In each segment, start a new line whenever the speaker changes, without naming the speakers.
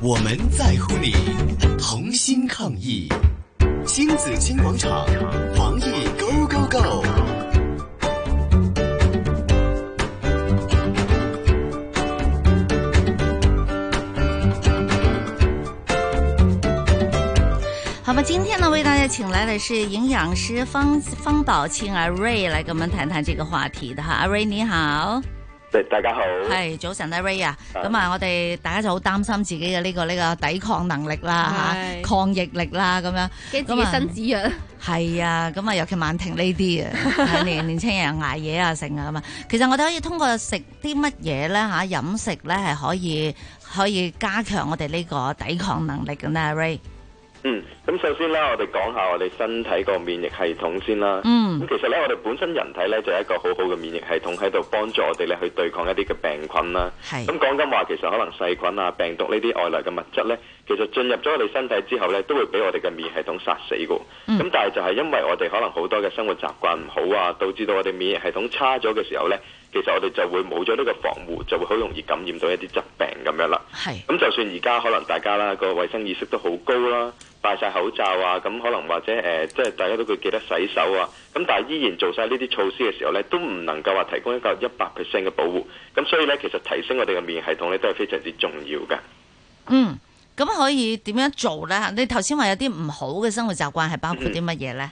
我们在乎你，同心抗疫，星子金广场，防疫 Go Go Go。
好吧，今天呢，为大家请来的是营养师方方宝清阿瑞来跟我们谈谈这个话题的哈。阿瑞你好，
即大家好，
系早晨阿瑞啊，
嗯啊
咁啊，我哋大家就好担心自己嘅呢、個呢、個抵抗能力啦
係
吓，抗疫力啦咁啊样。
跟住自己身子弱，
係啊，咁啊，尤其曼婷呢啲啊，年年青人捱夜啊，成啊咁啊。其實我哋可以通過食啲乜嘢咧嚇，飲食咧係可以可以加強我哋呢個抵抗能力嘅呢阿，Ray。
嗯，咁首先啦，我哋講下我哋身體個免疫系統先啦。
嗯
咁其實咧，我哋本身人體咧就有一個好好嘅免疫系統喺度幫助我哋咧去對抗一啲嘅病菌啦。
係
咁講緊話，其實可能細菌啊、病毒呢啲外來嘅物質呢，其實進入咗我哋身體之後呢，都會俾我哋嘅免疫系統殺死㗎。咁、
嗯
但係就係因為我哋可能好多嘅生活習慣唔好啊，導致到我哋免疫系統差咗嘅時候呢，其實我哋就會冇咗呢個防護，就會好容易感染到一啲疾病咁樣啦。
係
咁就算而家可能大家啦個衞生意識都好高啦，戴晒口罩啊，咁可能或者誒、呃即係大家都會記得洗手啊。咁但係依然做晒呢啲措施嘅時候咧，都唔能夠話提供一個一百 percent 嘅保護。咁所以咧，其實提升我哋嘅免疫系統咧，都係非常之重要嘅。
嗯，咁可以點樣做咧？你頭先話有啲唔好嘅生活習慣係包括
嗯
啲乜嘢咧？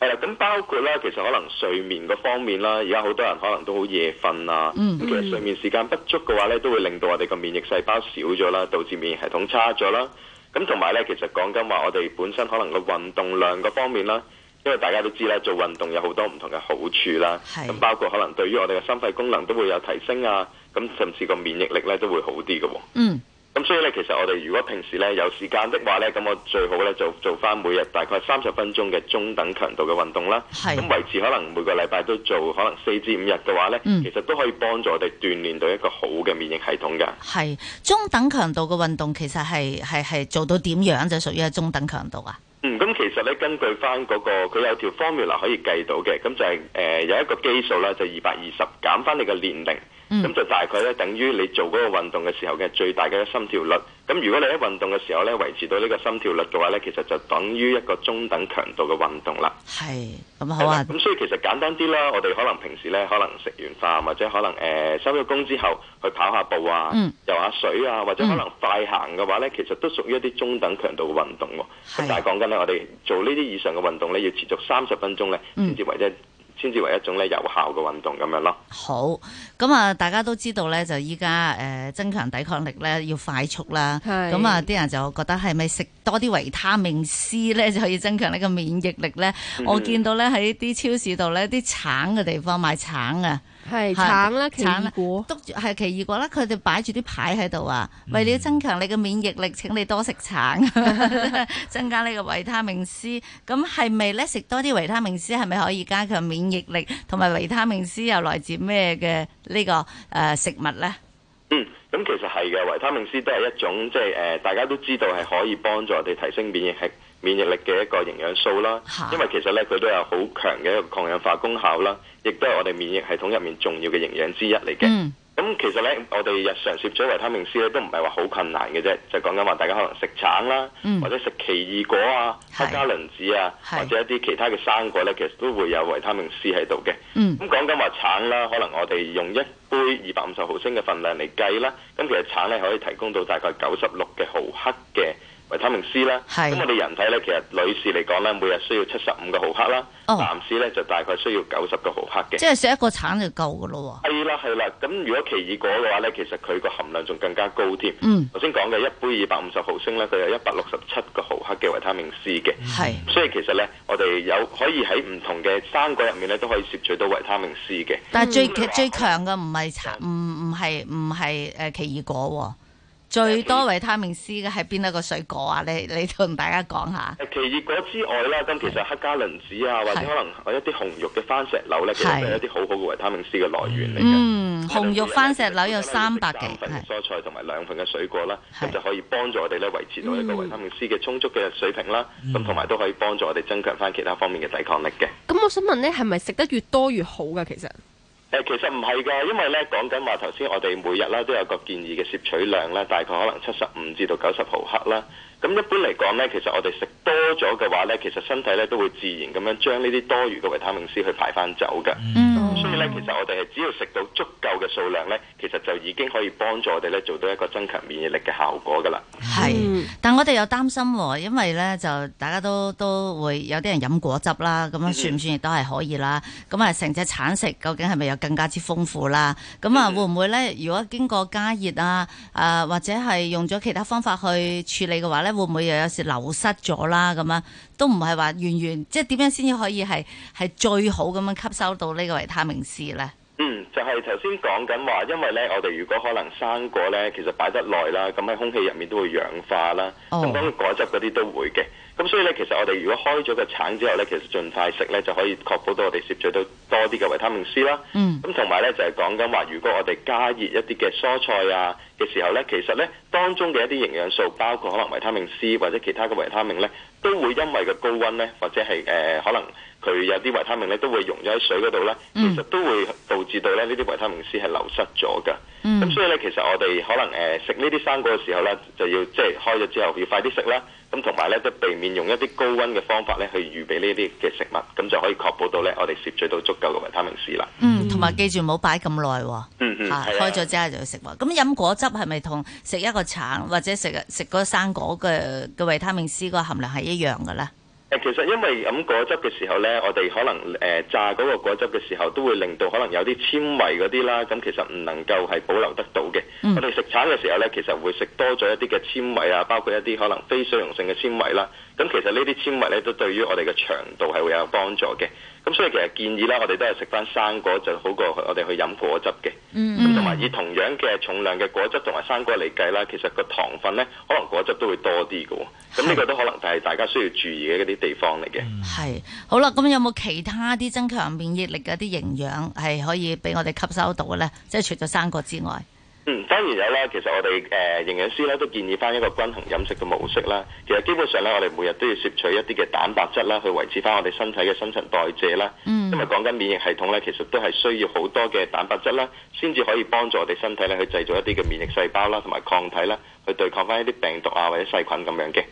係啦，咁包括啦，其實可能睡眠嗰方面啦，而家好多人可能都好夜瞓啊。
嗯
咁其實睡眠時間不足嘅話咧，都會令到我哋個免疫細胞少咗啦，導致免疫系統差咗啦。咁同埋咧，其實講緊話我哋本身可能個運動量嗰方面啦，因為大家都知啦，做運動有好多唔同嘅好處啦。
係
咁包括可能對於我哋嘅心肺功能都會有提升啊，咁甚至個免疫力咧都會好啲嘅喎。
嗯，
咁所以咧，其實我哋如果平時咧有時間的話咧，咁我最好咧就做翻每日大概三十分鐘嘅中等強度嘅運動啦。
係
咁維持可能每個禮拜都做可能四至五日嘅話咧，
嗯
其實都可以幫助我哋鍛鍊到一個好嘅免疫系統㗎。
係中等強度嘅運動其實係係係做到點樣就屬於係中等強度啊？
嗯，咁其實咧，根據翻嗰、個佢有條 formula 可以計到嘅，咁就係、呃有一個基數啦，就二百二十減翻你嘅年齡，咁、
嗯
就大概咧等於你做嗰個運動嘅時候嘅最大嘅心跳率。咁如果你喺運動嘅時候咧維持到呢個心跳率嘅話咧，其實就等於一個中等強度嘅運動啦。
係咁好啊
係啦，咁所以其實簡單啲啦，我哋可能平時咧，可能食完飯或者可能誒、呃收咗工之後去跑下步啊，
嗯
游下水啊，或者
嗯
可能快行嘅話咧，其實都屬於一啲中等強度嘅運動喎、
係
咁但係講緊咧，我哋做呢啲以上嘅運動咧，要持續三十分鐘咧，
嗯
先至為一先至為一種咧有效嘅運動咁樣咯。
好，咁啊，大家都知道咧，就依家誒增強抵抗力咧要快速啦。
係
咁啊，啲人就覺得係咪食多啲維他命 C 咧就可以增強呢個免疫力咧？我
嗯
見到咧喺啲超市度咧，啲橙嘅地方賣橙啊，
係
係
橙啦，奇
橙啦
異果，嗯
篤住係奇異果啦，佢哋擺住啲牌喺度啊，為了增強你嘅免疫力，請你多食橙， 增加呢個維他命 C。咁係咪咧食多啲維他命 C 係咪可以加強免疫力？同埋維他命 C 又來自咩嘅呢個誒食物咧？
嗯，咁其實係嘅，維他命 C 都係一種即係誒，大家都知道係可以幫助我哋提升免疫力免疫力嘅一個營養素啦
嚇。
因為其實咧佢都有好強嘅一個抗氧化功效啦，亦都係我哋免疫系統入面重要嘅營養之一嚟嘅。
嗯，
咁其實咧，我哋日常攝取維他命 C 咧都唔係話好困難嘅啫，就講緊話大家可能食橙啦，
嗯
或者食奇異果啊、
係
黑加侖子啊，
係
或者一啲其他嘅生果咧，其實都會有維他命 C 喺度嘅。
嗯
咁講緊話橙啦，可能我哋用一杯二百五十毫升嘅份量嚟計啦，咁其實橙咧可以提供到大概九十六嘅毫克嘅維他命 C 啦。
係
咁我哋人體咧，其實女士嚟講咧，每日需要七十五個毫克啦，
哦
男士咧就大概需要九十個毫克嘅。
即係食一個橙就夠噶咯喎。
係啦，係啦。咁如果奇異果嘅話咧，其實佢個含量仲更加高添。
嗯
頭先講嘅一杯二百五十毫升咧，佢有一百六十七個毫克嘅維他命 C 嘅。
係
所以其實咧，我哋有可以喺唔同嘅生果入面咧，都可以攝取到維他命 C 嘅。
但係最
嗯
最強嘅唔係橙，唔唔係唔係誒奇異果喎。最多維他命 C 嘅係邊一個水果啊？你你同大家講下。
誒奇異果之外啦，咁其實黑加侖子啊，或者
係
可能有一啲紅肉嘅番石榴咧，其實都
係
係一啲好好嘅維他命 C 嘅來源嚟嘅。
嗯，紅肉番石榴有三百幾，
份
係
嘅蔬菜同埋兩份嘅水果啦，
係嗯
咁就可以幫助我哋咧維持到一個維他命 C 嘅充足嘅水平啦，咁同埋都可以幫助我哋增強翻其他方面嘅抵抗力嘅。
咁我想問咧，係咪食得越多越好噶？其實
誒其實唔係㗎，因為咧講緊話頭先，我哋每日啦都有個建議嘅攝取量咧，大概可能七十五至到九十毫克啦。咁一般嚟講咧，其實我哋食多咗嘅話咧，其實身體咧都會自然咁樣將呢啲多餘嘅維他命 C 去排翻走㗎。
嗯，
所以咧，其實我哋係只要食到足夠嘅數量咧，其實就已經可以幫助我哋咧做到一個增強免疫力嘅效果㗎啦。
嗯
係，但我哋又擔心喎，因為咧就大家都都會有啲人飲果汁啦，咁樣算唔算亦都係可以啦？咁啊，成隻橙食究竟係咪又更加之豐富啦？咁啊，
嗯
會唔會咧？如果經過加熱啊，啊或者係用咗其他方法去處理嘅話咧，會唔會又有時流失咗啦？咁樣都唔係話完完，即係點樣先至可以係係最好咁樣吸收到呢個維他命 C 咧？
嗯，就係頭先講緊話，因為咧，我哋如果可能生果咧，其實擺得耐啦，咁喺空氣入面都會氧化啦。
哦
咁當然果汁嗰啲都會嘅。咁所以咧，其實我哋如果開咗個橙之後咧，其實盡快食咧就可以確保到我哋攝取到多啲嘅維他命 C 啦。
嗯
咁同埋咧就係講緊話，如果我哋加熱一啲嘅蔬菜啊嘅時候咧，其實咧當中嘅一啲營養素，包括可能維他命 C 或者其他嘅維他命咧，都會因為個高温咧，或者係誒、呃可能佢有啲維他命咧都會溶咗喺水嗰度咧，其
嗯
實都會導致到咧呢啲維他命 C 係流失咗㗎。
嗯
咁所以咧，其實我哋可能誒食呢啲生果嘅時候咧，就要即係開咗之後要快啲食啦。咁同埋咧，都避免用一啲高温嘅方法咧去預備呢啲嘅食物，咁就可以確保到咧我哋攝取到足夠嘅維他命 C 啦。
嗯，同埋記住唔好擺咁耐喎。
嗯嗯，
嚇
係啊
開咗之後就要食喎。咁飲果汁係咪同食一個橙或者
嗯
食食嗰個生果嘅嘅維他命 C 個含量係一樣嘅咧？
誒，其實因為飲果汁嘅時候呢，我哋可能誒、呃榨嗰個果汁嘅時候，都會令到可能有啲纖維嗰啲啦，咁其實唔能夠係保留得到嘅。
嗯
我哋食橙嘅時候呢，其實會食多咗一啲嘅纖維啊，包括一啲可能非水溶性嘅纖維啦。咁其實呢啲纖維呢，都對於我哋嘅腸道係會有幫助嘅。咁所以其實建議啦，我哋都係食翻生果就好過我哋去飲果汁嘅。咁同埋以同樣嘅重量嘅果汁同埋生果嚟計啦，其實個糖分呢，可能果汁都會多啲嘅喎。咁呢個都可能係大家需要注意嘅一啲地方嚟嘅。
係好啦，咁有冇其他啲增強免疫力嘅一啲營養係可以俾我哋吸收到嘅咧？即係除咗生果之外，
嗯，當然有啦。其實我哋誒、呃、營養師咧都建議翻一個均衡飲食嘅模式啦。其實基本上咧，我哋每日都要攝取一啲嘅蛋白質啦，去維持翻我哋身體嘅新陳代謝啦。
嗯
因為講緊免疫系統咧，其實都係需要好多嘅蛋白質啦，先至可以幫助我哋身體咧去製造一啲嘅免疫細胞啦，同埋抗體啦，去對抗翻一啲病毒啊或者細菌咁樣嘅。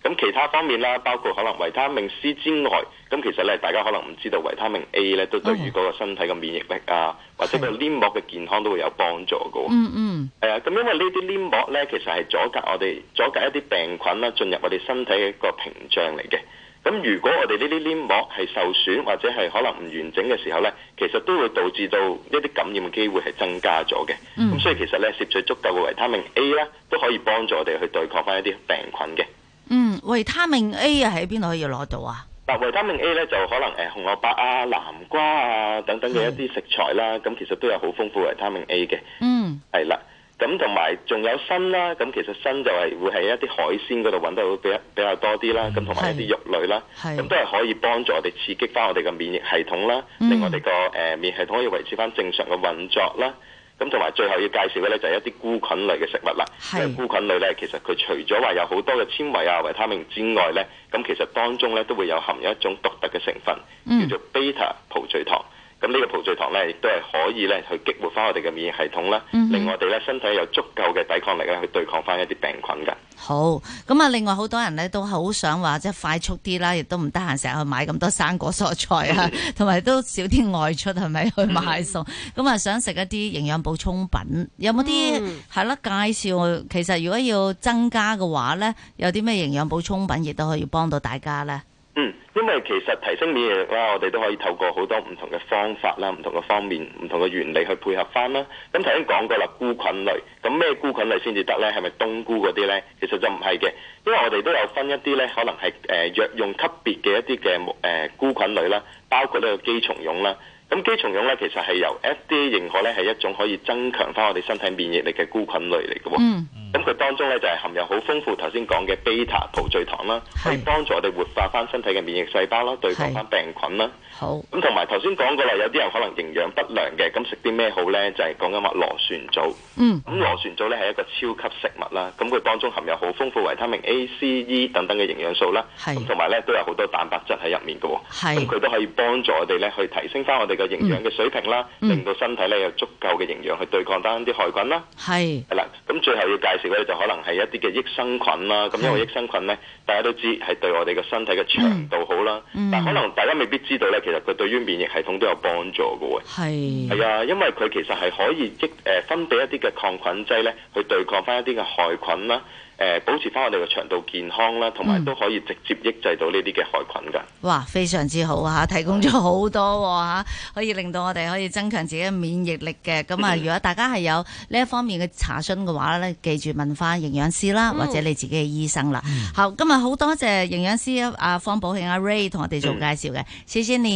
咁其他方面啦，包括可能維他命 C 之外，咁其實咧大家可能唔知道維他命 A 咧都對於嗰個身體嘅免疫力啊，或者個黏膜嘅健康都會有幫助嘅喎。
嗯嗯
係啊，咁因為呢啲黏膜咧，其實係阻隔我哋阻隔一啲病菌啦進入我哋身體嘅一個屏障嚟嘅。咁如果我哋呢啲黏膜係受損或者係可能唔完整嘅時候咧，其實都會導致到一啲感染嘅機會係增加咗嘅。咁、
嗯
所以其實咧，攝取足夠嘅維他命 A 啦，都可以幫助我哋去對抗翻一啲病菌嘅。
嗯，維他命 A 啊喺邊度可以攞到啊？
嗱，維他命 A 咧就可能誒、呃、紅蘿蔔啊、南瓜啊等等嘅一啲食材啦，咁其實都有好豐富維他命 A 嘅。
嗯
係啦，咁同埋仲有鋅啦，咁其實鋅就係會喺一啲海鮮嗰度揾到比較比較多啲啦，咁同埋一啲肉類啦，
係
咁都係可以幫助我哋刺激翻我哋嘅免疫系統啦，
嗯
令我哋個誒免疫系統可以維持翻正常嘅運作啦。咁同埋最後要介紹嘅咧就係一啲菇菌類嘅食物啦，
係
因為菇菌類咧其實佢除咗話有好多嘅纖維啊、維他命之外咧，咁其實當中咧都會有含有一種獨特嘅成分，
嗯
叫做 beta 葡聚糖。咁呢個葡聚糖咧，亦都係可以咧去激活翻我哋嘅免疫系統啦，
嗯哼
令我哋咧身體有足夠嘅抵抗力咧去對抗翻一啲病菌㗎。
好，咁啊，另外好多人咧都好想話即係快速啲啦，亦都唔得閒成日去買咁多生果蔬菜啊， 同埋都少啲外出係咪去買餸？咁啊，想食一啲營養補充品，有冇啲係啦介紹？其實如果要增加嘅話咧，有啲咩營養補充品亦都可以幫到大家咧？
嗯，因為其實提升免疫力啦，我哋都可以透過好多唔同嘅方法啦、唔同嘅方面、唔同嘅原理去配合翻啦。咁頭先講過啦，菇菌類，咁咩菇菌類先至得呢？係咪冬菇嗰啲呢？其實就唔係嘅，因為我哋都有分一啲呢，可能係誒、呃藥用級別嘅一啲嘅誒菇菌類啦，包括呢個姬松茸啦。咁姬松茸呢，其實係由 FDA 認可呢，係一種可以增強翻我哋身體免疫力嘅菇菌類嚟嘅喎。
嗯
咁佢當中咧就係含有好豐富頭先講嘅 beta 葡聚糖啦，可以
係
幫助我哋活化翻身體嘅免疫細胞啦，對抗翻病菌啦。
好，
咁同埋頭先講過啦，有啲人可能營養不良嘅，咁食啲咩好呢？就係講緊話螺旋藻。
嗯，
咁螺旋藻呢係一個超級食物啦，咁佢當中含有好豐富維他命 A、C、E 等等嘅營養素啦，
係
咁同埋呢都有好多蛋白質喺入面嘅喎。咁
係
佢都可以幫助我哋咧去提升翻我哋嘅營養嘅水平啦，
嗯
令到身體咧有足夠嘅營養去對抗翻啲害菌啦。
係
係啦，咁最後要介紹咧就可能係一啲嘅益生菌啦。咁因為
係
益生菌咧，大家都知係對我哋嘅身體嘅腸道好啦，
嗯
但可能大家未必知道咧，其實佢對於免疫系統都有幫助嘅喎。
係
係啊，因為佢其實係可以益誒、呃分泌一啲嘅抗菌劑咧，去對抗翻一啲嘅害菌啦，誒、保持翻我哋嘅腸道健康啦，同埋
嗯
都可以直接抑制到呢啲嘅害菌㗎。
哇，非常之好啊！ 提供咗好多喎、可以令到我哋可以增強自己嘅免疫力嘅。咁啊，如果大家係有呢一方面嘅查詢嘅話咧，記住問翻營養師啦，或者你自己嘅醫啊生啦。好，今日好多謝營養師啊，方寶慶阿 Ray 同我哋做介紹嘅，謝謝你。